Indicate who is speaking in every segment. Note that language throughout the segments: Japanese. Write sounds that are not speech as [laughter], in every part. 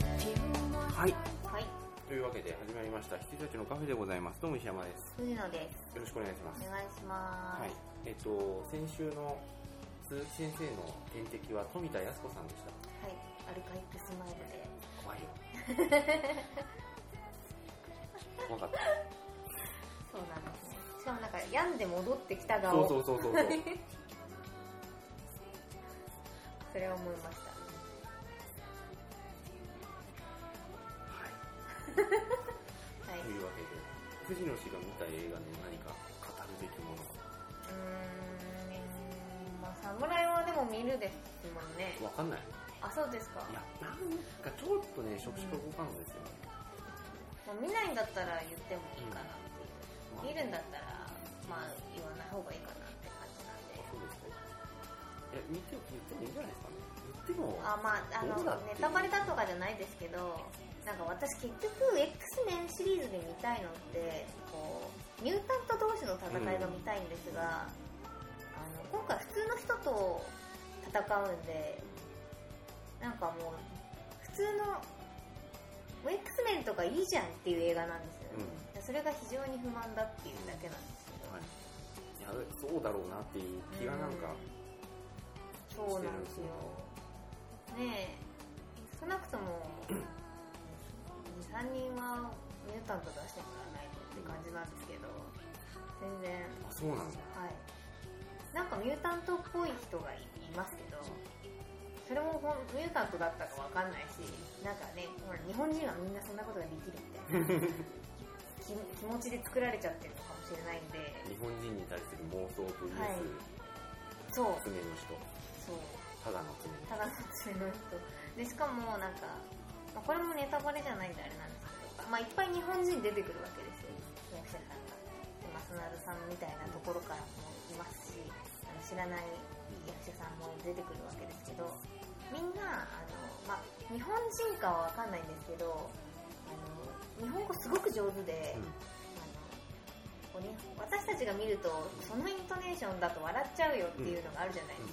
Speaker 1: はい。
Speaker 2: はい、
Speaker 1: というわけで始まりました、ひとたちのカフェでございます。どうも石山です。
Speaker 2: 藤野です。
Speaker 1: よろしくお願いします。
Speaker 2: お願いします。
Speaker 1: はい。えっと、先週の鈴木先生の点滴は富田靖子さんでした。
Speaker 2: はい、アルカイックスマイルで。
Speaker 1: 怖 [laughs] いよ。怖かった。
Speaker 2: そうなんですね。しかもなんか病んで戻ってきたが
Speaker 1: そう
Speaker 2: を
Speaker 1: そうそうそうそう。
Speaker 2: それは思いました。
Speaker 1: はい。
Speaker 2: はい。
Speaker 1: と
Speaker 2: う
Speaker 1: いうわけで、藤野氏が見た映画で何か語るべきものが
Speaker 2: ーん、まあ侍はでも見るですもんね。
Speaker 1: わかんない。
Speaker 2: あ、そうですか
Speaker 1: い。や、なんかちょっとね、触手と動かんですよね。
Speaker 2: まあ、見ないんだったら言ってもいいかなっていう。
Speaker 1: まあ
Speaker 2: 見るんだったら、まあ言わない方がいいかなって感じなんで。
Speaker 1: そうですね。いや、見て、言ってもいいんじゃないですかね。言っても、
Speaker 2: あまああの
Speaker 1: どうだって
Speaker 2: ネタバレだとかじゃないですけどなんか私結局 X メンシリーズで見たいのってこうミュータント同士の戦いが見たいんですが、あの今回普通の人と戦うんでなんかもう普通のもう X メンとかいいじゃんっていう映画なんですよね、それが非常に不満だっていうだけなんですけど、
Speaker 1: はい。いや、そうだろうなっていう気がなんか、
Speaker 2: そうなんですよねえ少なくとも23人はミュータント出してもらわないとって感じなんですけど全然
Speaker 1: あ、そうなんだ。
Speaker 2: はいなんかミュータントっぽい人がいますけどそれもほんミュータントだったかわかんないしなんかねほら日本人はみんなそんなことができるみたいな気気持ちで作られちゃってるのかもしれないんで
Speaker 1: 日本人に対する妄想 VS、
Speaker 2: はいそう
Speaker 1: 常の人。
Speaker 2: そう
Speaker 1: ただの常の人。
Speaker 2: ただの普通の人でしかもなんか、まあこれもネタバレじゃないんであれなんですけど、まあ、いっぱい日本人出てくるわけですよ役者さんがでマスナルさんみたいなところからもいますしあの知らない役者さんも出てくるわけですけどみんなあの、まあ、日本人かは分かんないんですけどあの日本語すごく上手で、
Speaker 1: うん
Speaker 2: あのこうに私たちが見るとそのイントネーションだと笑っちゃうよっていうのがあるじゃないで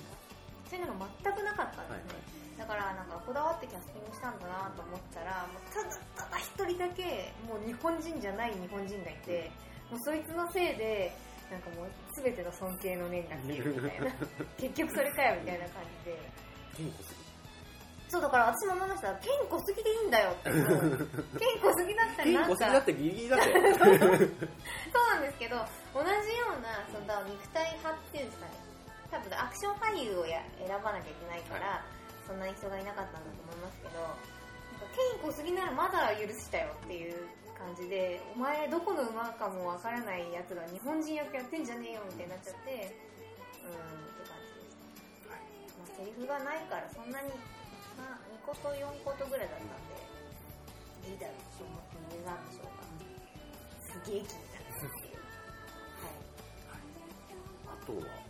Speaker 2: すか、そういうのが全くなかったんですね、だからなんかこだわってキャスティングしたんだなと思ったらもうただただ一人だけもう日本人じゃない日本人がいて、もうそいつのせいでなんかもう全ての尊敬の念が消えるみたいな結
Speaker 1: [laughs]
Speaker 2: 局それかよみたいな感じで。
Speaker 1: 健康す
Speaker 2: そうだから私も思いました健康すぎでいいんだよ
Speaker 1: [laughs]
Speaker 2: って思う健康すぎだった
Speaker 1: ぎ。
Speaker 2: らなん
Speaker 1: 健康すぎだ
Speaker 2: か
Speaker 1: ってギリギリ [laughs] だっ
Speaker 2: そ
Speaker 1: て。
Speaker 2: うなんですけど、同じようなその肉体派っていうんですかね、多分アクション俳優をや選ばなきゃいけないから、そんなに人がいなかったんだと思いますけど、なんかケイン小杉ならまだ許したよっていう感じで、お前どこの馬かもわからないやつが日本人役やってんじゃねえよみたいになっちゃって、うーんって感じでした。
Speaker 1: はい
Speaker 2: まあ、セリフがないからそんなに、まあ、2個と4個とぐらいだったんで、いいだろうと思って入れたんでしょうか。すげえ気になるっていう。はい。
Speaker 1: あとは、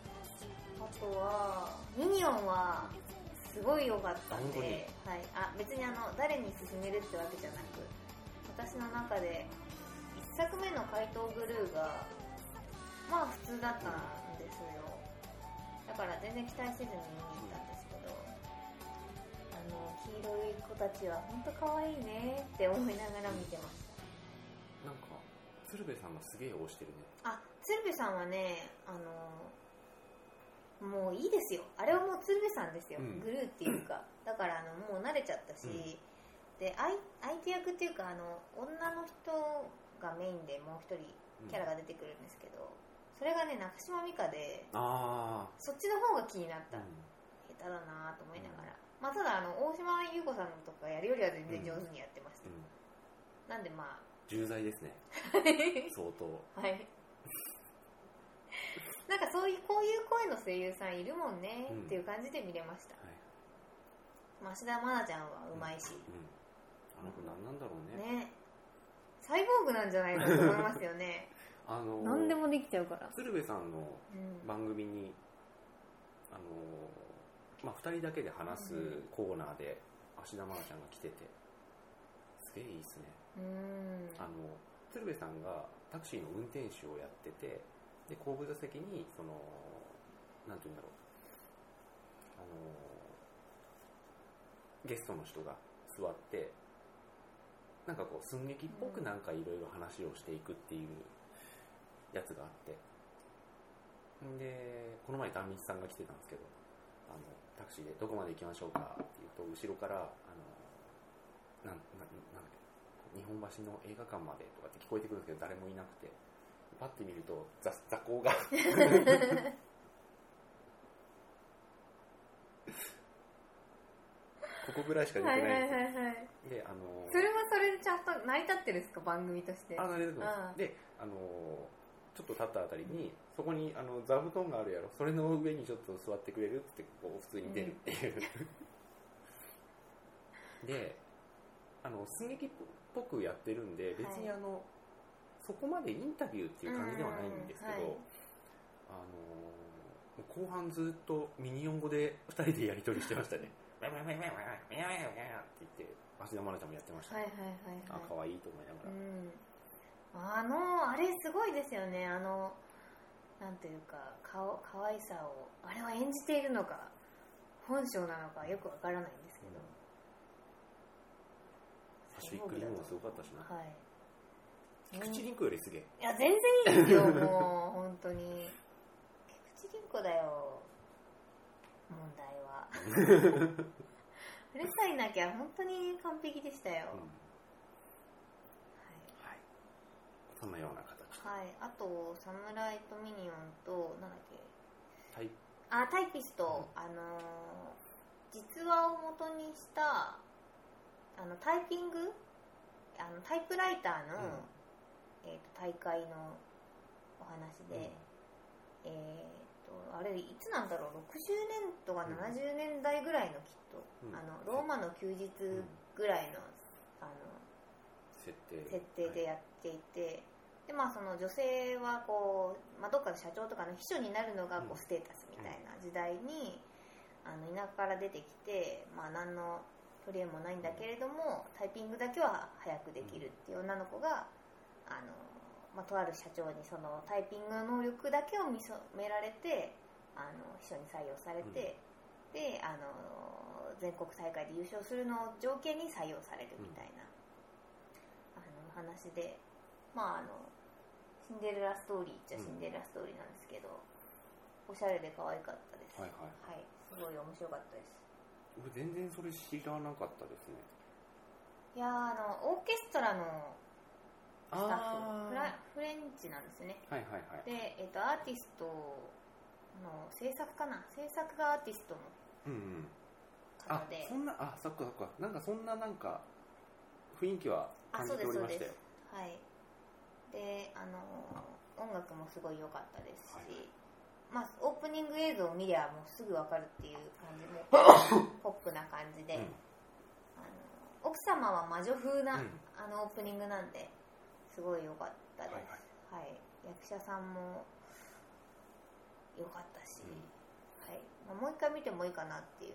Speaker 2: あとは、ミニオンは、すごい良かったん
Speaker 1: あ本当に
Speaker 2: で、はい。あ、別にあの、誰に勧めるってわけじゃなく、私の中で、1作目の怪盗グルーが、まあ普通だったんですよ。だから全然期待せずに見に行ったんですけど、あの、黄色い子たちは本当可愛いねって思いながら見てました。
Speaker 1: なんか、鶴瓶さんがすげえ推してるね。
Speaker 2: あ、鶴瓶さんはね、あのもういいですよ。あれはもう鶴瓶さんですよ。
Speaker 1: うん
Speaker 2: グルーっていうか。だからあの、もう慣れちゃったし、
Speaker 1: うん
Speaker 2: で相、相手役っていうか、あの、女の人がメインでもう一人
Speaker 1: うん
Speaker 2: キャラが出てくるんですけど、それがね、中島美嘉で、
Speaker 1: あ
Speaker 2: そっちの方が気になった。
Speaker 1: ー。うん
Speaker 2: 下手だなと思いながら。まあ、ただ、あの、大島優子さんとかやるよりは全然上手にやってました。
Speaker 1: うん
Speaker 2: なんでま
Speaker 1: 重罪ですね。
Speaker 2: あ、
Speaker 1: 相当。
Speaker 2: はい。なんかそういう、こういう声の声優さんいるもんね
Speaker 1: う
Speaker 2: っ
Speaker 1: ん
Speaker 2: ていう感じで見れました。
Speaker 1: はい。
Speaker 2: まあ芦田愛菜ちゃんはうまいし、
Speaker 1: うん、あの子何なんだろうね
Speaker 2: ね。サイボーグなんじゃないかと思いますよね。
Speaker 1: あの
Speaker 2: 何でもできちゃうから。
Speaker 1: 鶴瓶さん
Speaker 2: う
Speaker 1: の
Speaker 2: ん。
Speaker 1: 番組にあの、まあ、2人だけで話すコーナーで芦田愛菜ちゃんが来ててすげえいいっすね
Speaker 2: うん。
Speaker 1: あの鶴瓶さんがタクシーの運転手をやっててで後部座席にそのなんて言うんだろうあのゲストの人が座ってなんかこう寸劇っぽくなんかいろいろ話をしていくっていうやつがあってんでこの前壇蜜さんが来てたんですけどあのタクシーでどこまで行きましょうかっていうと後ろからあのなんなんなんだっけ日本橋の映画館までとかって聞こえてくるんですけど誰もいなくてパッて見ると雑雑
Speaker 2: [laughs]
Speaker 1: 魚がここぐらいしか出てない
Speaker 2: は
Speaker 1: ん
Speaker 2: い
Speaker 1: です
Speaker 2: は
Speaker 1: よ、
Speaker 2: いはいはい
Speaker 1: であの
Speaker 2: それはそれでちゃんと成り立ってるんですか番組として
Speaker 1: あなるほど
Speaker 2: ああ
Speaker 1: であのちょっと立ったあたりにそこにあの座布団があるやろそれの上にちょっと座ってくれるってこう普通に出るっていう、であの寸劇っぽくやってるんで別にあの、そこまでインタビューっていう感じではないんですけど、
Speaker 2: うんはい
Speaker 1: あの後半ずっとミニ四語で2人でやり取りしてましたね「わわわわわわわわわわって言って芦田愛菜ちゃんもやってました、
Speaker 2: はいはい
Speaker 1: あ
Speaker 2: はい
Speaker 1: 可
Speaker 2: はい
Speaker 1: 愛いと思いなが
Speaker 2: う
Speaker 1: ら、
Speaker 2: んあのあれすごいですよねあのなんていうか顔可愛さをあれは演じているのか本性なのかよくわからないんですけど、
Speaker 1: パシフィックリムもすごかったしな。
Speaker 2: はい
Speaker 1: 菊池凛子よりすげえ。
Speaker 2: いや全然いいですよもう本当に菊池凛子だよ問題は
Speaker 1: [laughs]
Speaker 2: うるさいなきゃ本当に完璧でしたよ、
Speaker 1: うんはい。そんなような形。
Speaker 2: はい、はい、あと「サムライトミニオン」となんだっけ
Speaker 1: タイ
Speaker 2: あタイピスト、あのー実話を元にしたあのタイピングあのタイプライターの、えーと大会のお話で、えー、とあれいつなんだろう60年とか
Speaker 1: うん
Speaker 2: 70年代ぐらいのきっと、
Speaker 1: うん
Speaker 2: あのローマの休日ぐらいの,、あの
Speaker 1: 設定。
Speaker 2: 設定でやっていて、でまあ、その女性はこう、まあ、どっかの社長とかの秘書になるのがこ
Speaker 1: うん
Speaker 2: うステータスみたいな時代に、あの田舎から出てきて、まあ、何の取り柄もないんだけれどもタイピングだけは早くできるっていう女の子が。あのまあ、とある社長にそのタイピングの能力だけを見そめられてあの秘書に採用されて、であの全国大会で優勝するのを条件に採用されるみたいな、あの話で、まあ、あのシンデレラストーリーっちゃシンデレラストーリーなんですけど、おしゃれで可愛かったです、
Speaker 1: はいは
Speaker 2: は
Speaker 1: い。
Speaker 2: い、すごい面白かったです
Speaker 1: 僕全然それ知らなかったですね。
Speaker 2: いやーあのオーケストラのスタッフフラ
Speaker 1: は
Speaker 2: フレンチなんですよね
Speaker 1: いはいはい。
Speaker 2: で、えっとアーティストの制作かな制作がアーティストの
Speaker 1: うんうん。あ
Speaker 2: 方で、
Speaker 1: そんな、あ、そっかそっか。なんかそんななんか、雰囲気は
Speaker 2: あ
Speaker 1: 感
Speaker 2: そ
Speaker 1: じ
Speaker 2: うです
Speaker 1: ており
Speaker 2: そう
Speaker 1: まし
Speaker 2: です
Speaker 1: たよ。
Speaker 2: はいであの音楽もすごい良かったですし、
Speaker 1: はい
Speaker 2: まあ、オープニング映像を見りゃもうすぐ分かるっていう
Speaker 1: [coughs]
Speaker 2: 感じもポップな感じで、
Speaker 1: う
Speaker 2: あ
Speaker 1: ん
Speaker 2: の奥様は魔女風な、
Speaker 1: うん
Speaker 2: あのオープニングなんですごい良かったです、はい役者さんも良かったし、
Speaker 1: うん
Speaker 2: はいまあもう一回見てもいいかなっていう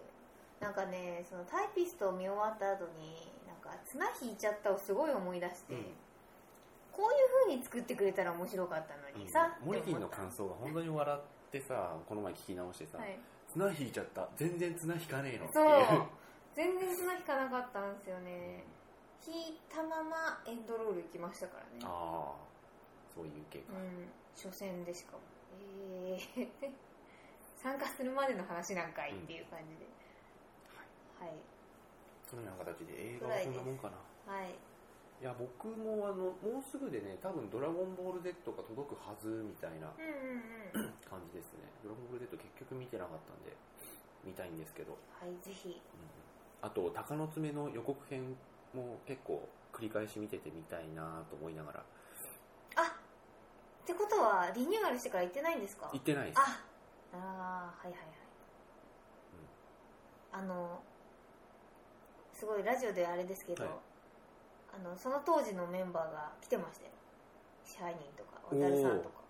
Speaker 2: なんかねそのタイピストを見終わった後になんか綱引いちゃったをすごい思い出して、
Speaker 1: うん
Speaker 2: こういう風に作ってくれたら面白かったのにさ、
Speaker 1: うんモリキンの
Speaker 2: 感
Speaker 1: 感想が本当に笑ってさ、この前聞き直してさ、
Speaker 2: はい、
Speaker 1: 綱引いちゃった。全然綱引かねえのって
Speaker 2: そ
Speaker 1: いうう。
Speaker 2: 全然綱引かなかったんですよね引いたままエンドロール行きましたからね
Speaker 1: [laughs] ああ、そういう系
Speaker 2: う
Speaker 1: か。
Speaker 2: ん、初戦でしかも、えー [laughs] 参加するまでの話なんかいっていう感じで、はい
Speaker 1: そのような形で映画はそんなもんかな。
Speaker 2: はい、はい、
Speaker 1: いや僕もあのもうすぐでね多分「ドラゴンボール Z」が届くはずみたいな
Speaker 2: うんうんうん
Speaker 1: 感じですね「ドラゴンボール Z」結局見てなかったんで見たいんですけど、うん
Speaker 2: はいぜひ
Speaker 1: あと「鷹の爪」の予告編も結構繰り返し見ててみたいなと思いながら
Speaker 2: あってことはリニューアルしてから行ってないんですか
Speaker 1: 行ってないです
Speaker 2: ああーはいはいはい、あのすごいラジオであれですけど、
Speaker 1: はい
Speaker 2: あのその当時のメンバーが来てましたよ支配人とか渡るさんとか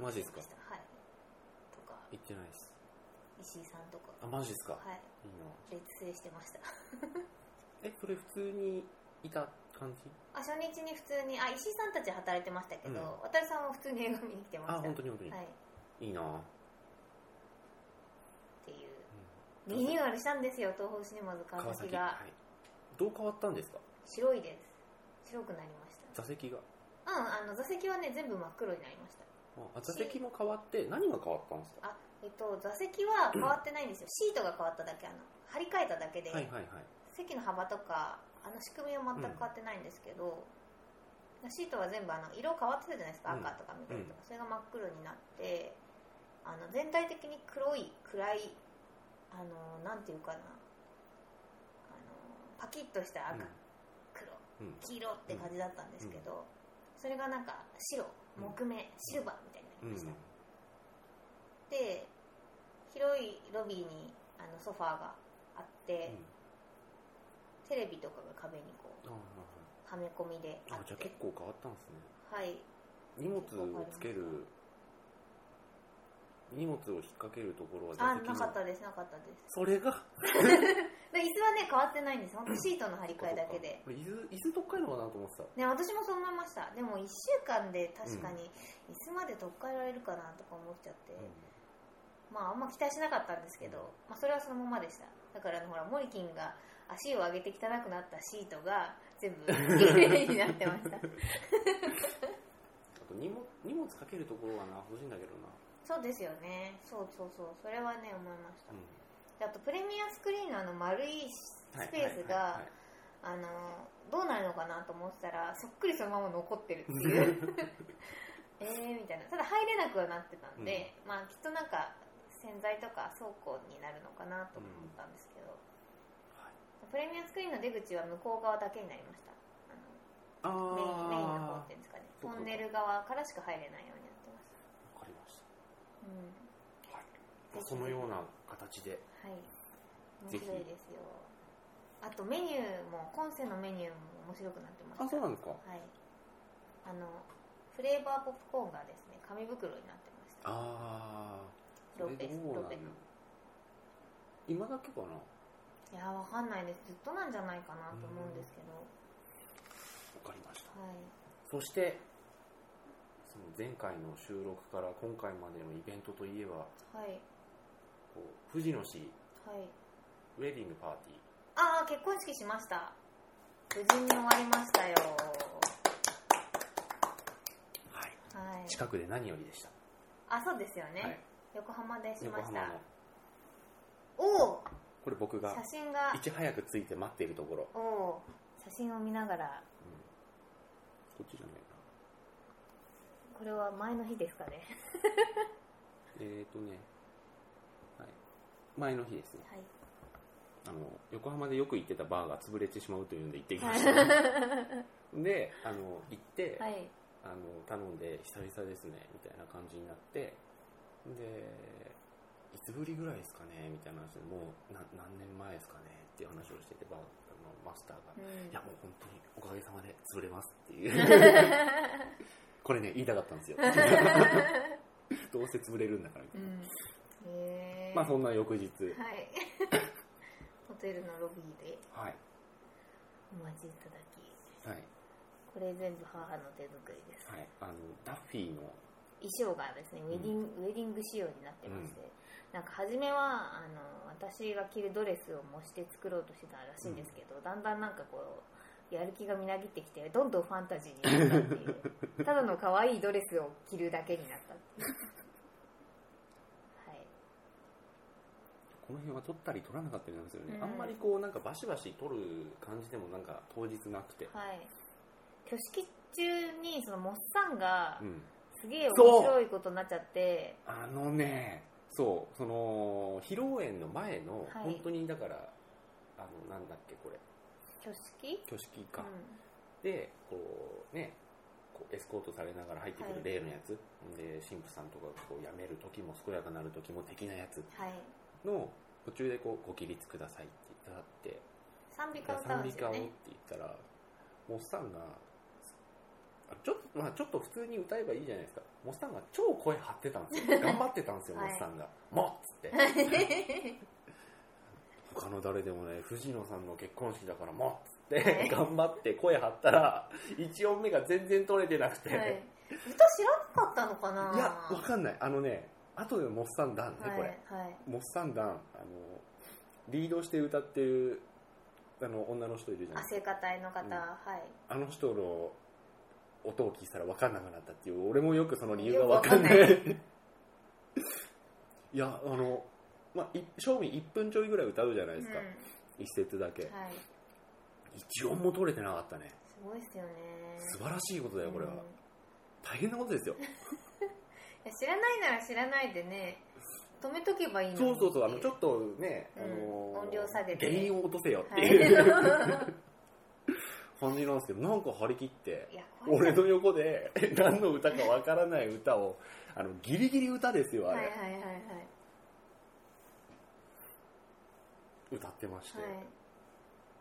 Speaker 1: おーマジっすか
Speaker 2: はいとか
Speaker 1: 行ってないです
Speaker 2: 石井さんとか
Speaker 1: あマジですか、
Speaker 2: はい
Speaker 1: い、いな
Speaker 2: 列声してました [laughs]
Speaker 1: えそれ普通にいた感じ
Speaker 2: あ初日に普通にあ石井さんたち働いてましたけど、
Speaker 1: うん
Speaker 2: 渡るさんは普通に映画見に来てました
Speaker 1: あ本当に本当に、
Speaker 2: はい、っ
Speaker 1: い、いな、うん
Speaker 2: ていうリニューアルしたんですよ東宝シネマズ川
Speaker 1: 川
Speaker 2: 崎
Speaker 1: 崎、
Speaker 2: が
Speaker 1: はい、どう変わったんですか
Speaker 2: 白いです白くなりました
Speaker 1: 座席が
Speaker 2: うんあの座席はね全部真っ黒になりました
Speaker 1: あ座席も変わって何が変わったんですか
Speaker 2: あえっと座席は変わってないん
Speaker 1: [clears throat]
Speaker 2: ですよ、シートが変わっただけあの張り替えただけで、
Speaker 1: はいはいはい
Speaker 2: 席の幅とかあの仕組みは全く変わってないんですけど、シートは全部あの色変わってたじゃないですか、
Speaker 1: うん
Speaker 2: 赤とか緑とか、それが真っ黒になってあの全体的に黒い暗いあのなんていうかなあのパキッとした赤、黒
Speaker 1: うんうん
Speaker 2: 黄色って感じだったんですけど、それがなんか白木目、シルバーみたいになりました、で広いロビーにあのソファーがあって、テレビとかが壁にこう
Speaker 1: あ
Speaker 2: はめ込みで
Speaker 1: あ
Speaker 2: あ
Speaker 1: あ
Speaker 2: っ
Speaker 1: じゃあ
Speaker 2: て
Speaker 1: 結構変わったんですね
Speaker 2: はい
Speaker 1: 荷物をつける荷物を引っ掛けるところは
Speaker 2: あな
Speaker 1: 座席
Speaker 2: かっ
Speaker 1: の
Speaker 2: たですなかったです
Speaker 1: それが
Speaker 2: で椅子はね変わってないんです本当シートの張り替えだけで
Speaker 1: これ伊豆伊豆どっかいのかなと思ってた
Speaker 2: ね私もそう思いましたでも1週間で確かに椅子まで取っ替えられるかなとか思っちゃって、まああんま期待しなかったんですけど、まあ、それはそのままでしただからあのほらモリキンが足を上げて汚くなったシートが全部綺麗になってました
Speaker 1: あと荷物荷物かけるところはな欲しいんだけどな、
Speaker 2: [laughs] そうですよねそうそうそうそれはね思いましたであとプレミアスクリーンのあの丸いス
Speaker 1: はい
Speaker 2: ペース
Speaker 1: は
Speaker 2: があのどうなるのかなと思ってたらそっくりそのまま残ってるっていうえーみたいなただ入れなくはなってたんで、まあきっとなんか洗剤とか倉庫になるのかなと思ったんですけど、プレミアスクリーンの出口は向こう側だけになりましたあの
Speaker 1: いはい
Speaker 2: メインメインの方
Speaker 1: ああ
Speaker 2: っていうんですかねト
Speaker 1: そうか
Speaker 2: ンネル側からしか入れないようになってます、
Speaker 1: わかりました
Speaker 2: うん、
Speaker 1: まあそのような形で
Speaker 2: はい面
Speaker 1: ぜ
Speaker 2: 白
Speaker 1: ひ
Speaker 2: いですよあとメニューも今世のメニューも面白くなってました
Speaker 1: あそうなんですか
Speaker 2: はいあのフレーバーポップコーンがですね紙袋になってました
Speaker 1: ああ
Speaker 2: ロペス
Speaker 1: どうな
Speaker 2: ロ
Speaker 1: の
Speaker 2: ペ
Speaker 1: 今だけかない
Speaker 2: やわかんないですずっとなんじゃないかなと思うんですけど、
Speaker 1: わかりました
Speaker 2: はい
Speaker 1: そしてその前回の収録から今回までのイベントといえば
Speaker 2: はい
Speaker 1: こう富士の市
Speaker 2: はい
Speaker 1: ウェディングパーティー
Speaker 2: ああ結婚式しました無事に終わりましたよ
Speaker 1: はい、
Speaker 2: はい
Speaker 1: 近くで何よりでした、
Speaker 2: あそうですよね、
Speaker 1: はい、
Speaker 2: 横浜でしま
Speaker 1: 横
Speaker 2: し
Speaker 1: 浜
Speaker 2: た
Speaker 1: の
Speaker 2: おお
Speaker 1: これ僕が
Speaker 2: 写真が
Speaker 1: いち早くついて待っているところ、
Speaker 2: おお写真を見ながら
Speaker 1: うんこっちじゃないな
Speaker 2: これは前の日ですかね
Speaker 1: えっ、ー、とね、はい、前の日ですね
Speaker 2: はい
Speaker 1: あの横浜でよく行ってたバーが潰れてしまうというんで行ってきま
Speaker 2: [laughs]
Speaker 1: した、であの行って、
Speaker 2: はい
Speaker 1: あの頼んで久々ですねみたいな感じになってでいつぶりぐらいですかねみたいな話でもうな何年前ですかねっていう話をしててバーのマスターが
Speaker 2: う
Speaker 1: 「
Speaker 2: ん
Speaker 1: いやもう本当におかげさまで潰れます」っていう
Speaker 2: [laughs]
Speaker 1: これね言いたかったんですよどうせ潰れるんだからみた
Speaker 2: う
Speaker 1: いな、
Speaker 2: んへえ
Speaker 1: まあそんな翌日
Speaker 2: はい
Speaker 1: [laughs]
Speaker 2: ホテルのロビーで
Speaker 1: はい
Speaker 2: お待ちいただき
Speaker 1: はい
Speaker 2: これ全部母の手作りです
Speaker 1: はいあのダッフィーの
Speaker 2: 衣装がですねウェディング、ウェディング仕様になってまして、なんか初めはあの私が着るドレスを模して作ろうとしてたらしいんですけど、だんだんなんかこうやる気がみなぎってきてどんどんファンタジーになったって
Speaker 1: [laughs]
Speaker 2: いうただの可愛いドレスを着るだけになったっていうはい
Speaker 1: この辺は取ったり取らなかったりなんですよね、
Speaker 2: うん
Speaker 1: あんまりこうなんかバシバシ取る感じでもなんか当日なくて、
Speaker 2: はい挙式中にそのモッサンが
Speaker 1: うん
Speaker 2: すげえ面
Speaker 1: そう
Speaker 2: 白いことになっちゃって
Speaker 1: あのね、そう、その、披露宴の前の、
Speaker 2: はい
Speaker 1: 本当にだから、あの、なんだっけ、これ、
Speaker 2: 挙式
Speaker 1: 挙式
Speaker 2: う
Speaker 1: か、
Speaker 2: ん
Speaker 1: で、こう、ね、こうエスコートされながら入ってく
Speaker 2: は
Speaker 1: る
Speaker 2: い
Speaker 1: 例のやつ、で、神父さんとかがこうやめる時も健やかなる時も的なやつ
Speaker 2: はい
Speaker 1: の、途中でこう、ご起立くださいって言ったって、
Speaker 2: 賛美歌歌うん
Speaker 1: 賛
Speaker 2: で
Speaker 1: 美
Speaker 2: す
Speaker 1: 歌
Speaker 2: よ
Speaker 1: をって
Speaker 2: ね
Speaker 1: 言ったら、モッサンが、あちょっと、まあちょっと普通に歌えばいいじゃないですか。モッサンが超声張ってたんですよ。頑張ってたんですよ、
Speaker 2: はい
Speaker 1: モッサンが。もっつって。他の誰でもね、藤野さんの結婚式だからもっつっ
Speaker 2: は
Speaker 1: て、
Speaker 2: い
Speaker 1: 頑張って声張ったら、1音目が全然取れてなくて。
Speaker 2: はいい、歌知らなかったのかない
Speaker 1: や、わかんない。あのね、後でモッサンダンね、これ。
Speaker 2: はいはい
Speaker 1: モッサンダン、あの、リードして歌ってるあの女の人いるじゃない
Speaker 2: あ
Speaker 1: ですか
Speaker 2: 聖歌隊の方、
Speaker 1: うん
Speaker 2: はい
Speaker 1: あの人の音を聞いたら分かんなくなったっていう俺もよくその理由が分かんない
Speaker 2: よく
Speaker 1: [laughs] いやあのまあい正味1分ちょいぐらい歌うじゃないですか、
Speaker 2: うん
Speaker 1: 一節だけ
Speaker 2: はい、
Speaker 1: 一音も取れてなかったね
Speaker 2: すごいですよね
Speaker 1: 素晴らしいことだよこれは、
Speaker 2: うんい
Speaker 1: 大変なことですよ
Speaker 2: や知らないなら知らないでね止めとけばいいのに
Speaker 1: そうそうそうあ
Speaker 2: っ
Speaker 1: の
Speaker 2: て
Speaker 1: ち
Speaker 2: い
Speaker 1: ょっとね、
Speaker 2: うん
Speaker 1: あの
Speaker 2: 音量下げて
Speaker 1: 原因を落とせよって
Speaker 2: はい
Speaker 1: いう、感じなんですけどなんか張り切って [laughs]
Speaker 2: いやこれ
Speaker 1: 俺の横で [laughs] 何の歌かわからない歌をあのギリギリ歌ですよあ
Speaker 2: はい
Speaker 1: れ、
Speaker 2: はいはいはい
Speaker 1: 歌ってまして、
Speaker 2: はい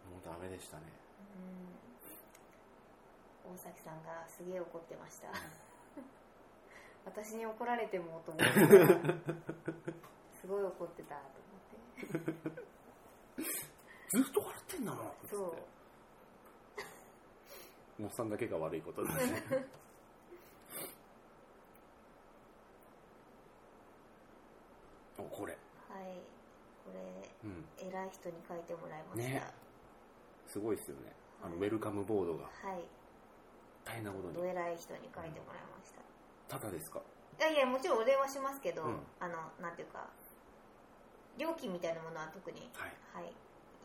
Speaker 1: もうダメでしたね
Speaker 2: うん大崎さんがすげえ怒ってました [laughs] 私に怒られても
Speaker 1: [laughs]
Speaker 2: と思ってすごい怒ってたと思って
Speaker 1: ずっと笑ってんだなっつって
Speaker 2: そう
Speaker 1: もっさんだけが悪いこと
Speaker 2: [laughs]
Speaker 1: だねおこれ
Speaker 2: はいこ
Speaker 1: うん
Speaker 2: れ偉い人に書いてもらいました、
Speaker 1: ねすごいですよねあの
Speaker 2: は
Speaker 1: ウ
Speaker 2: い
Speaker 1: ェルカムボードが
Speaker 2: はい
Speaker 1: 大変なこと
Speaker 2: ど偉
Speaker 1: に
Speaker 2: い人に書いてもらいました、
Speaker 1: ただですか
Speaker 2: いやいやもちろんお礼はしますけど、
Speaker 1: うん
Speaker 2: あのなんていうか料金みたいなものは特に
Speaker 1: は
Speaker 2: はい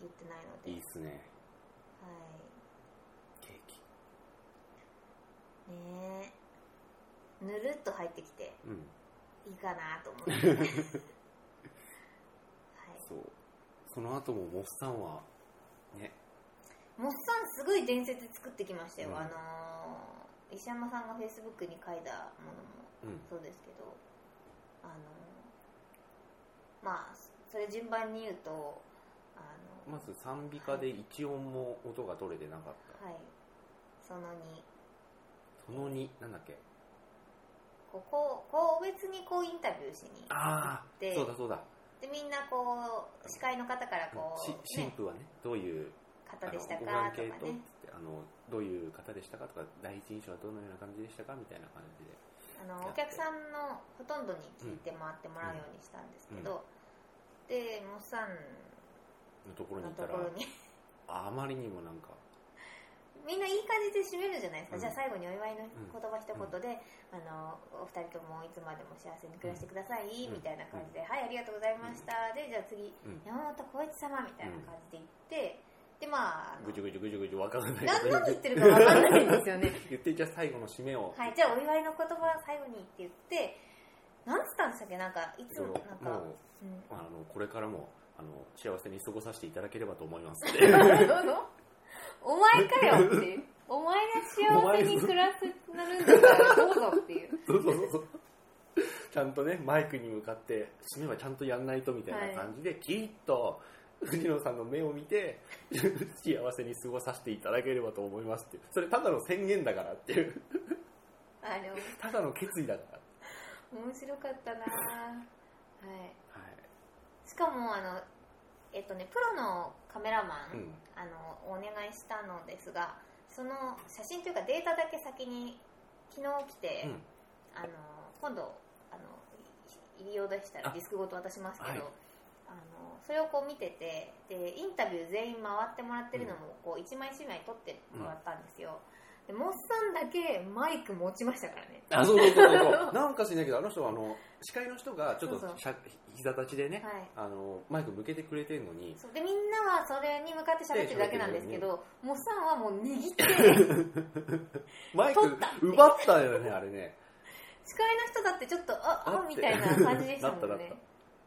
Speaker 2: 言ってないので
Speaker 1: いいいっすね
Speaker 2: はい
Speaker 1: ケーキ
Speaker 2: ねえぬるっと入ってきて
Speaker 1: うん
Speaker 2: いいかなと思っ
Speaker 1: [laughs]
Speaker 2: て、はい、
Speaker 1: そうその後もモッサンはね
Speaker 2: モッサンすごい伝説作ってきましたよ、
Speaker 1: うん
Speaker 2: あのー石山さんがフェイスブックに書いたものも
Speaker 1: うん
Speaker 2: そうですけどあのーまあそれ順番に言うとあの
Speaker 1: まず賛美歌で一音も音が取れてなかった
Speaker 2: はいその2
Speaker 1: その2なんだっけ
Speaker 2: こここう別にこうインタビューしに
Speaker 1: ああ
Speaker 2: で
Speaker 1: そうだそうだ
Speaker 2: でみんなこう司会の方からこ
Speaker 1: し
Speaker 2: う、
Speaker 1: 神
Speaker 2: ね、
Speaker 1: 父はねどういう
Speaker 2: 方でした
Speaker 1: あの
Speaker 2: か
Speaker 1: ご
Speaker 2: と
Speaker 1: 関
Speaker 2: か
Speaker 1: 係と
Speaker 2: ね
Speaker 1: つってあのどういう方でしたかとか第一印象はどのような感じでしたかみたいな感じで
Speaker 2: あのお客さんのほとんどに聞いて回ってもらうようにしたんですけど、でモッサン
Speaker 1: のところに
Speaker 2: の
Speaker 1: い
Speaker 2: と
Speaker 1: たら
Speaker 2: ころに
Speaker 1: あまりにもなんか
Speaker 2: みんないい感じで締めるじゃないですか、
Speaker 1: うん
Speaker 2: じゃあ最後にお祝いの言葉一言で、あのお二人ともいつまでも幸せに暮らしてください、
Speaker 1: ん
Speaker 2: みたいな感じで、はいありがとうございました、でじゃあ次
Speaker 1: うん
Speaker 2: 山本浩一様みたいな感じで言って、でまああの
Speaker 1: ぐちゅぐちゅぐちゅぐちゅわからない
Speaker 2: 何何言ってるか
Speaker 1: わ
Speaker 2: 分かんないんですよね
Speaker 1: [laughs] 言ってじゃあ最後の締めを、
Speaker 2: はいじゃあお祝いの言葉最後にって言って何つったんでしたっけなんかいつ
Speaker 1: その
Speaker 2: もなんか、
Speaker 1: もう
Speaker 2: うん
Speaker 1: あのこれからもあの幸せに過ごさせていただければと思い
Speaker 2: [laughs]
Speaker 1: ますって
Speaker 2: お前かよって
Speaker 1: [laughs]
Speaker 2: いう。お前が幸せに暮らすなるんだからどうぞっていう。
Speaker 1: そうそうそうそうちゃんとねマイクに向かって締めはちゃんとやんないとみたいな感じで、きっと藤野さんの目を見
Speaker 2: [laughs]
Speaker 1: て幸せに過ごさせていただければと思いますっていうそれただの宣言だからっていう
Speaker 2: あれ、
Speaker 1: ただの決意だから、
Speaker 2: 面白かったなぁはい。
Speaker 1: はい
Speaker 2: しかも、あの、えっとね、プロのカメラマン、
Speaker 1: うん
Speaker 2: あの、お願いしたのですが、その写真というかデータだけ先に、昨日来て、
Speaker 1: うん
Speaker 2: あの、今度、あの、入り用でしたらディスクごと渡しますけど、
Speaker 1: はい
Speaker 2: あのそれをこう見ててでインタビュー全員回ってもらってるのもこう一枚一枚撮ってもらったんですよ、でモッサンだけマイク持ちましたからね
Speaker 1: あそうそうそうそ
Speaker 2: [laughs]
Speaker 1: うなんかしないけどあの人はあの司会の人がちょっ
Speaker 2: そうそ
Speaker 1: と
Speaker 2: う
Speaker 1: しゃ膝立ちでね、
Speaker 2: はい
Speaker 1: あのマイク向けてくれてるのに
Speaker 2: そうでみんなはそれに向かって喋ってるだけなんですけどモッサンはもう握 [laughs] って
Speaker 1: マイク
Speaker 2: 取った
Speaker 1: 奪ったよねあれね
Speaker 2: 司会の人だってちょっとあ
Speaker 1: だ
Speaker 2: あ
Speaker 1: って
Speaker 2: みたいな感じでしたも
Speaker 1: だ
Speaker 2: ん
Speaker 1: っただ
Speaker 2: ね
Speaker 1: っ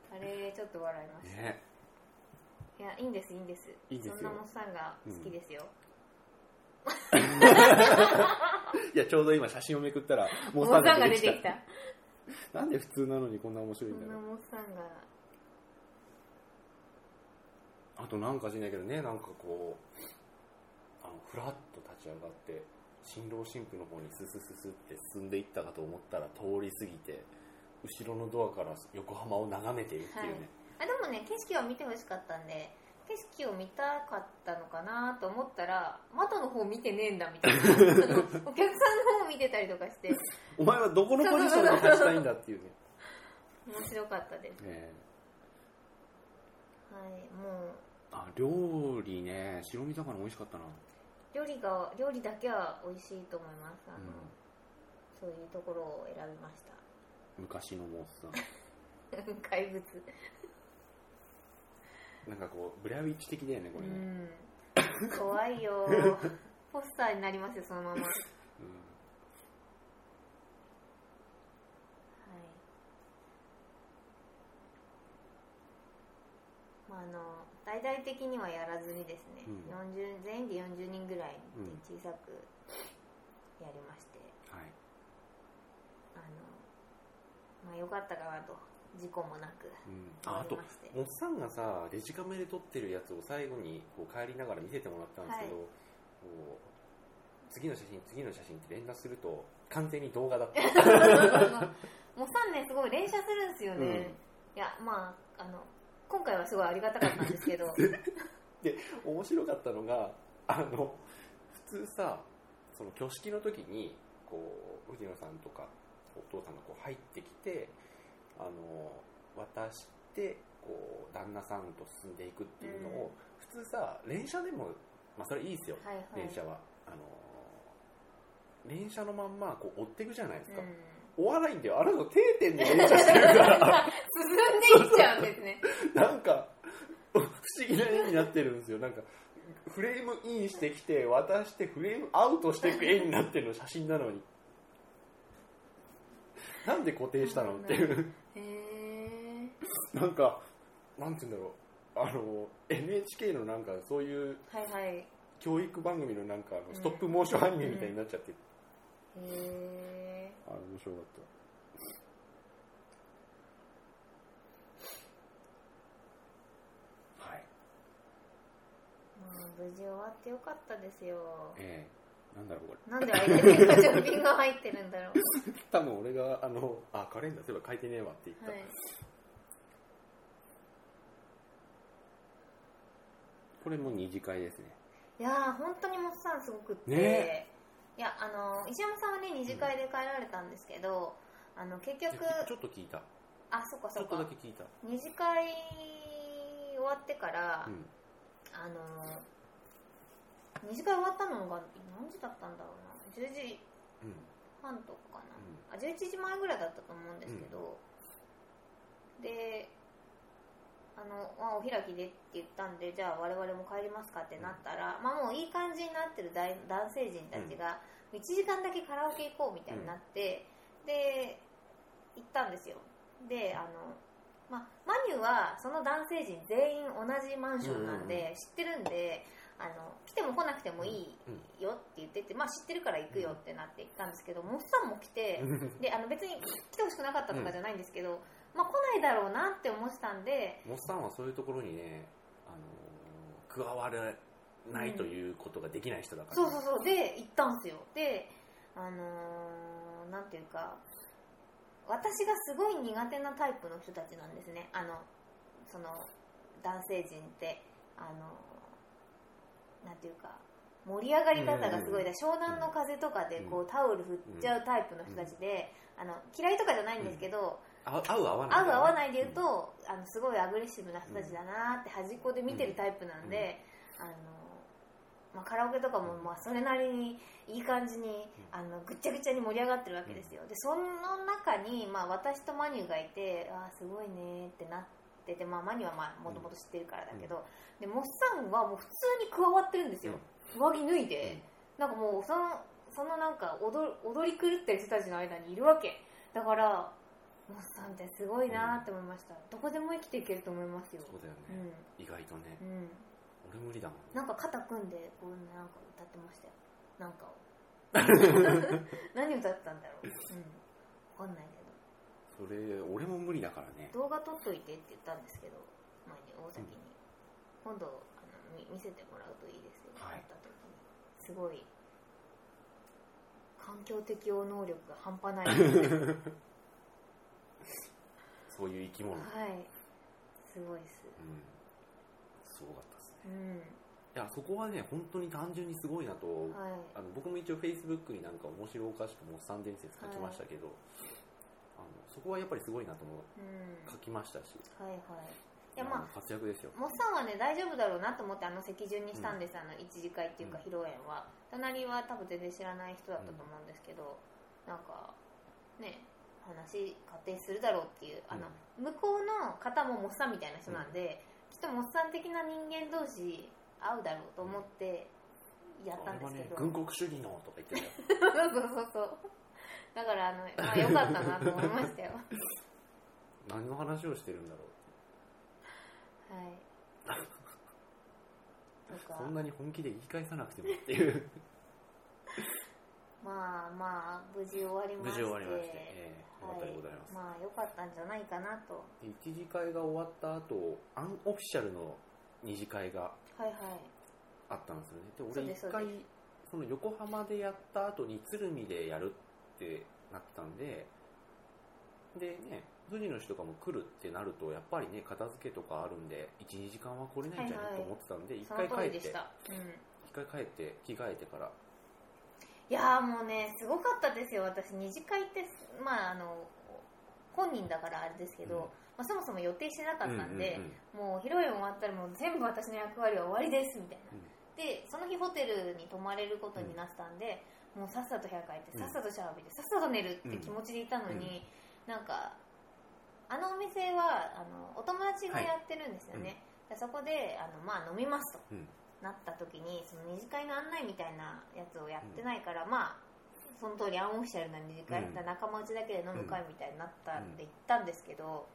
Speaker 2: あれちょっと笑いまし
Speaker 1: ね
Speaker 2: たいやいいんですいいんです
Speaker 1: いいんですよ
Speaker 2: そんなモッサンが好きですよ、
Speaker 1: いやちょうど今写真をめくったら
Speaker 2: モ
Speaker 1: もう
Speaker 2: ッ
Speaker 1: さん
Speaker 2: サン
Speaker 1: が
Speaker 2: が
Speaker 1: 出
Speaker 2: 出
Speaker 1: て
Speaker 2: て
Speaker 1: き
Speaker 2: き
Speaker 1: た
Speaker 2: た
Speaker 1: なんで普通なのにこんな面白い
Speaker 2: そ
Speaker 1: んだ
Speaker 2: んな
Speaker 1: ろう
Speaker 2: モッサンが
Speaker 1: あとなんかしないけどねなんかこうあのふらっと立ち上がって新郎新婦の方にススススって進んでいったかと思ったら通り過ぎて後ろのドアから横浜を眺めているっていうね、
Speaker 2: はいあでもね景色を見てほしかったんで景色を見たかったのかなと思ったら窓の方見てねえんだみ [laughs] たいなあのお客さんの方見てたりとかして
Speaker 1: お前はどこのポジションに立ちたいんだ [laughs] っていうね
Speaker 2: 面白かったです、
Speaker 1: ねえ
Speaker 2: はい、もう
Speaker 1: あ料理ね白身魚美味しかったな
Speaker 2: 料理が料理だけは美味しいと思いますあの、
Speaker 1: うん
Speaker 2: そういうところを選びました
Speaker 1: 昔のモース
Speaker 2: [laughs] 怪物
Speaker 1: さん [laughs] なんかこうブラウィッチ的だよねこれね、うん
Speaker 2: うん怖い
Speaker 1: [laughs]
Speaker 2: よポスターになりますよそのままはいまああの大々的にはやらずにですね、
Speaker 1: うん
Speaker 2: 40全員で40人ぐらいで
Speaker 1: うん
Speaker 2: 小さくやりまして、
Speaker 1: はい
Speaker 2: あのまあよかったかなと事故もなく
Speaker 1: うん、ああ
Speaker 2: 終
Speaker 1: と
Speaker 2: わりまして
Speaker 1: おっさんがさデジカメで撮ってるやつを最後にこう帰りながら見せてもらったんですけど、
Speaker 2: は
Speaker 1: こう次の写真次の写真って連打すると完全に動画だった
Speaker 2: [laughs] もう3年すごい連写するんですよね、
Speaker 1: うん
Speaker 2: いやまああの今回はすごいありがたかったんです
Speaker 1: [laughs]
Speaker 2: けど
Speaker 1: 面白かったのがあの普通さその挙式の時にこう藤野さんとかお父さんがこう入ってきてあの渡してこう旦那さんと進んでいくっていうのを、普通さ連写でも、まあ、それいいですよ、
Speaker 2: はいはい
Speaker 1: 電車は、あのー連車のまんまこう追っていくじゃないですか、
Speaker 2: う
Speaker 1: お笑いんだよあなた定点で連車して [laughs] るから
Speaker 2: [laughs] ん、進んでいっちゃうんです
Speaker 1: [laughs]
Speaker 2: ね
Speaker 1: なんか不思議な絵になってるんですよなんかフレームインしてきて渡してフレームアウトしていく絵になってるの写真なのになんで固定したのっていう
Speaker 2: へえ
Speaker 1: [laughs] なんかなんて言うんだろうあの NHK のなんかそういう
Speaker 2: はいはいへ
Speaker 1: 教育番組のなんかあのストップモーションアニメみたいになっちゃって、
Speaker 2: え
Speaker 1: あれ面白かったはい、
Speaker 2: まあ無事終わってよかったですよ
Speaker 1: ええなんだろうこれ
Speaker 2: なんで相手にガチャピンが入ってるんだろう
Speaker 1: 多分俺があのあカレンダーそういえば書いてねえわって言った、
Speaker 2: はい
Speaker 1: これも二次会ですね
Speaker 2: いやー本当にモッさんすごくって、
Speaker 1: ね
Speaker 2: いやあの石山さんはね二次会で帰られたんですけど、あの結
Speaker 1: ち
Speaker 2: 局
Speaker 1: ょっと聞いた
Speaker 2: あそっか
Speaker 1: ち
Speaker 2: そ
Speaker 1: ょ
Speaker 2: っ
Speaker 1: っとだ
Speaker 2: か
Speaker 1: け聞いた
Speaker 2: 二次会終わってから、
Speaker 1: うん
Speaker 2: あの二次会終わったのが何時だったんだろうな10時
Speaker 1: うん
Speaker 2: 半とかかな、あ11時前ぐらいだったと思うんですけど、であの、まあ、お開きでって言ったんでじゃあ我々も帰りますかってなったら、まあ、もういい感じになってる大男性陣たちが、1時間だけカラオケ行こうみたいになって、で行ったんですよであの、まあ、マニュはその男性陣全員同じマンションなん
Speaker 1: うん
Speaker 2: で、知ってるんであの来ても来なくてもいいよって言ってて、まあ、知ってるから行くよってなって行ったんですけどモッさんも来て
Speaker 1: うん [laughs]
Speaker 2: であの別に来てほしくなかったとかじゃないんですけど、まあ、来ないだろうなって思ってたんで
Speaker 1: モッさんはそういうところにね、あのー加わらないということができない人だから、
Speaker 2: そうそうそうで行ったんですよであのーなんていうか私がすごい苦手なタイプの人たちなんですねあのその男性陣ってあのなんていうか盛り上がり方がすごいだ湘南の風とかでこうタオル振っちゃうタイプの人たちであの嫌いとかじゃないんですけど、
Speaker 1: あ合う合わな
Speaker 2: 合
Speaker 1: い
Speaker 2: う合わないで言うと、あのすごいアグレッシブな人たちだなって端っこで見てるタイプなんで、あのまあ、カラオケとかもまあそれなりにいい感じにあのぐっちゃぐちゃに盛り上がってるわけですよでその中に、まあ、私とマニューがいてあーすごいねーってなってて、まあ、マニューはまあもともと知ってるからだけど、でモッさんはもう普通に加わってるんですよ、上着脱いで。なんかもうそのそのなんか踊る踊り狂ってる人たちの間にいるわけだからモスさんってすごいなって思いました、どこでも生きていけると思いますよ
Speaker 1: そうだよ
Speaker 2: う
Speaker 1: ね、
Speaker 2: ん
Speaker 1: 意外とね
Speaker 2: うん
Speaker 1: 俺無理だもん
Speaker 2: なんか肩組んでこうなんか歌ってましたよなん
Speaker 1: [laughs]
Speaker 2: かを何歌ってたんだろう、うん、分かんないけ
Speaker 1: それ俺も無理だからね
Speaker 2: ど動画撮っといてって言ったんですけど前に大崎に、今度あの見見せてもらうといいですよ、
Speaker 1: はい
Speaker 2: 会った時にすごい環境適応能力が半端 [laughs] ない
Speaker 1: そういう生き物、うん、
Speaker 2: はい。すごいです。
Speaker 1: すごかったですね
Speaker 2: うん。
Speaker 1: いやそこはね本当に単純にすごいなと、
Speaker 2: はい。
Speaker 1: あの僕も一応 Facebook になんか面白おかしくもう3伝説書きましたけど、あのそこはやっぱりすごいなとも
Speaker 2: うん。
Speaker 1: 書きましたし
Speaker 2: はいはい。やまあ
Speaker 1: あの活躍ですよ。
Speaker 2: モッサンはね大丈夫だろうなと思ってあの席順にしたんです、あの一次会っていうか披露宴は、隣は多分全然知らない人だったと思うんですけど、なんかね話仮定するだろうっていうあの、向こうの方もモッサンみたいな人なんで、きっとモッサン的な人間同士合うだろうと思ってやったん
Speaker 1: 俺
Speaker 2: で
Speaker 1: は
Speaker 2: すけど、
Speaker 1: ね、軍国主義のとか言ってたよ。
Speaker 2: そうそうそうそうだからあの、まあ、よかったなと思いましたよは
Speaker 1: 何の話をしてるんだろう。
Speaker 2: い [laughs] とか
Speaker 1: そんなに本気で言い返さなくてもっ
Speaker 2: [laughs]
Speaker 1: ていう。
Speaker 2: まあまあ無事終わり
Speaker 1: 無
Speaker 2: まし
Speaker 1: 事
Speaker 2: て
Speaker 1: 終わりまして、ええよかったでございます。
Speaker 2: はい、まあ良かったんじゃないかなと
Speaker 1: 一次会が終わった後、アンオフィシャルの二次会が
Speaker 2: はいはい
Speaker 1: あったんですよね。で、
Speaker 2: そう
Speaker 1: 俺
Speaker 2: です
Speaker 1: 一回、その横浜でやった後に鶴見でやるってなったんで、でね、辻の人がも来るってなると、やっぱりね、片付けとかあるんで、1、2時間は来れないんじゃな
Speaker 2: はいは
Speaker 1: い、
Speaker 2: い
Speaker 1: と思ってたんで、一
Speaker 2: その通り
Speaker 1: 回帰
Speaker 2: で
Speaker 1: って、
Speaker 2: し
Speaker 1: 一
Speaker 2: た、うん、
Speaker 1: 回帰って、着替えてから、
Speaker 2: いやーもうねすごかったですよ私二次会ってまああの本人だからあれですけど、
Speaker 1: うん
Speaker 2: まあ、そもそも予定してなかったんで
Speaker 1: う、ん
Speaker 2: もう披露宴終わったらもう全部私の役割は終わりですみたいな、
Speaker 1: うん
Speaker 2: でその日ホテルに泊まれることになってたんで、もうさっさと部屋帰って
Speaker 1: う
Speaker 2: さ
Speaker 1: ん
Speaker 2: っさとシャワー浴びてさっさと寝るって気持ちでいたのに、なんかあのお店はあのお友達がやってるんですよね、でそこであの、まあ、飲みますと、
Speaker 1: うん
Speaker 2: なった時にその二次会の案内みたいなやつをやってないから、まあその通りアンオフィシャルな二次会、
Speaker 1: うん
Speaker 2: だから仲間内だけで飲む会みたいになったんで行ったんですけど、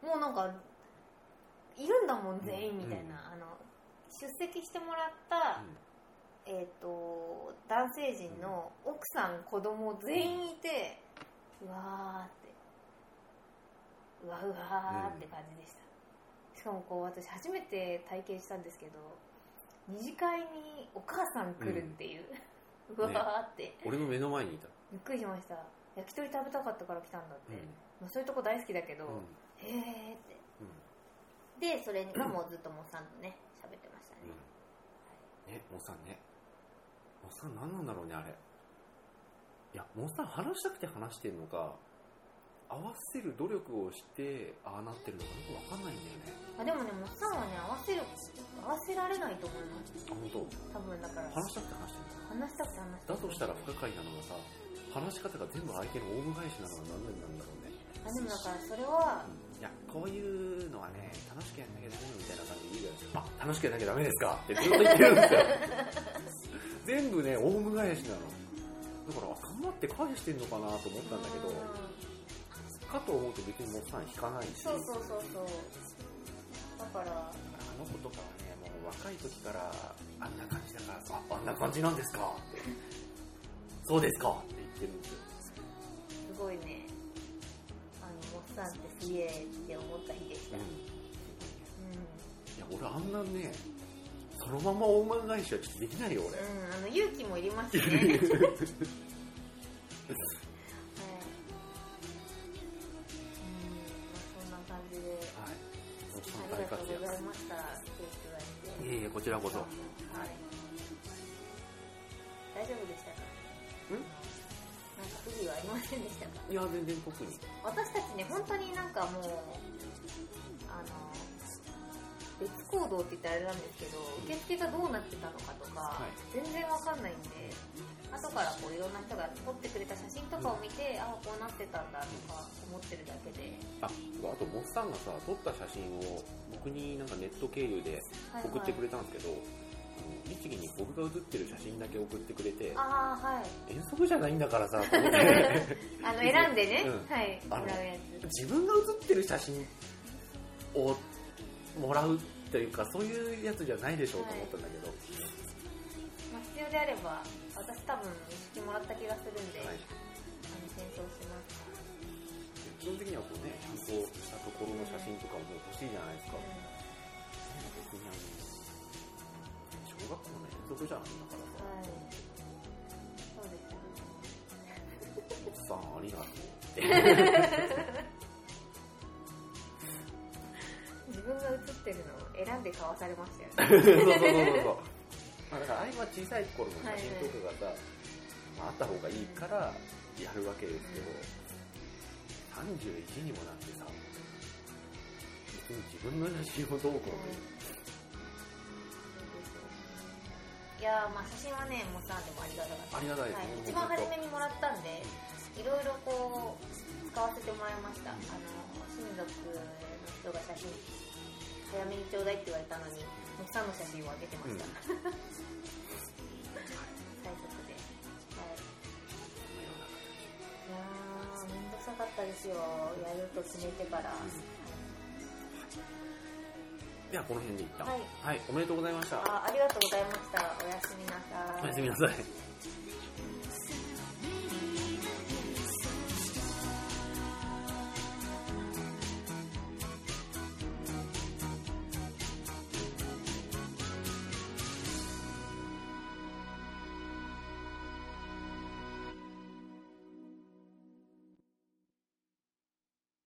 Speaker 2: もうなんかいるんだもん全員みたいな、あの出席してもらった、えっと男性陣の奥さん子供全員いて、うわーってうわうわーって感じでした、しかもこう私初めて体験したんですけど二次会にお母さん来るっていう、う
Speaker 1: ね
Speaker 2: わーって、
Speaker 1: うん俺の目の前にいた。
Speaker 2: びっくりしました焼き鳥食べたかったから来たんだっ
Speaker 1: う
Speaker 2: て、
Speaker 1: ん
Speaker 2: まあ、そういうとこ大好きだけど、
Speaker 1: うん
Speaker 2: へーって
Speaker 1: うん
Speaker 2: でそれがもうずっとモッサンとね喋ってましたね、
Speaker 1: うんね、モッサンね。モッサン何なんだろうね、あれ。いや、モッサン話したくて話してんのか、合わせる努力をして、ああなってるのかよくわかんないんだ
Speaker 2: あ
Speaker 1: よね。
Speaker 2: でもねモッサンはね合わせる合わせられないと思います
Speaker 1: あ、本
Speaker 2: 多分だから
Speaker 1: 当話したくて話してる
Speaker 2: 話したくて話した
Speaker 1: だとしたら不可解なのがさ、話し方が全部相手のオウム返しなのは何なんなんだろうね。
Speaker 2: あでもだからそれは
Speaker 1: うんいや、こういうのはね、楽しくやんなきゃダメよみたいな感じで言うじゃないですか。あ、楽しくやんなきゃダメですかってずっと言ってるんですよ。全部ね、オウム返しなの。だから、あ頑張って返してんのかなと思ったんだけど
Speaker 2: うん、
Speaker 1: かと思うと別にもうさん引かないし、
Speaker 2: そうそうそうそうだから
Speaker 1: あの子とかはね、もう若い時から、あんな感じだからさ、ああんな感じなんですかって。そうですかって言ってるんですよ。
Speaker 2: すごいねあのモッサンってすげえって思った日でした、うんう
Speaker 1: いや、俺あんなね、そのままオウム返しはちょっとできないよ、俺。
Speaker 2: ん、あの勇気もいります
Speaker 1: [laughs]
Speaker 2: ね、はい、うんまあそんな感じで
Speaker 1: はい。モッサ
Speaker 2: あ
Speaker 1: ン
Speaker 2: り
Speaker 1: 大
Speaker 2: がと
Speaker 1: 活
Speaker 2: うござ
Speaker 1: 躍
Speaker 2: い。ました来ていただいて
Speaker 1: いえいえ、こちらこそ。
Speaker 2: はい。大丈夫でしたか
Speaker 1: ん
Speaker 2: なんか不備はありませんでしたか
Speaker 1: いや、全然特に。
Speaker 2: 私たちね、本当になんかもう、あの、別行動って言ったらあれなんですけど、受付がどうなってたのかとか、
Speaker 1: はい
Speaker 2: 全然わかんないんで、後からこういろんな人が撮ってくれた写真とかを見て、ああ、こうなってたんだとか思ってるだけで、
Speaker 1: あ、あと、モッサンがさ、撮った写真を、僕になんかネット経由で
Speaker 2: はいはい
Speaker 1: 送ってくれたんですけど、あの律儀に僕が写ってる写真だけ送ってくれて、
Speaker 2: ああ、はい。
Speaker 1: 遠足じゃないんだからさ、と思って。
Speaker 2: あの、選んでね、
Speaker 1: うん
Speaker 2: はい、
Speaker 1: あの
Speaker 2: もらうやつ。
Speaker 1: [laughs] 自分が写ってる写真をもらうというか、そういうやつじゃないでしょうと思ったんだけど、
Speaker 2: まあ、必要であれば私多分一式もらった気がするんで、
Speaker 1: はい
Speaker 2: あの転送します、
Speaker 1: 基本的にはこうね、ちゃんとしたところの写真とかも欲しいじゃないですか。
Speaker 2: は
Speaker 1: 別にあの、小学校の遠足じゃないん
Speaker 2: いそうですね
Speaker 1: だからさ。おっさんありがとう
Speaker 2: [laughs]
Speaker 1: って。
Speaker 2: 自分が写ってるのを選んで買わされましたよね
Speaker 1: [laughs] そうそうそう
Speaker 2: [laughs]
Speaker 1: そう。まあ、だからああいうのは小さい頃の写真とかがさ、まあ、あった方がいいからやるわけですけど、31にもなってさ、い別に自分のラジオどうこうという
Speaker 2: いやーまあ写真はねもうさでもありがたかった
Speaker 1: ありがたいです
Speaker 2: は
Speaker 1: ね
Speaker 2: い、
Speaker 1: もう
Speaker 2: 一番初
Speaker 1: ずっと
Speaker 2: めにもらったんでいろいろこう使わせてもらいましたあの親族の人が写真早めにちょうだいって言われたのに木さんの写真をあげてました、
Speaker 1: うん
Speaker 2: [laughs] 最速で、はい、い
Speaker 1: う
Speaker 2: やーめんどくさかったですよやると決めてから、
Speaker 1: んではこの辺で一旦
Speaker 2: はい
Speaker 1: はい、おめでとうございました
Speaker 2: あありがとうございましたおやすみなさい
Speaker 1: おやすみなさい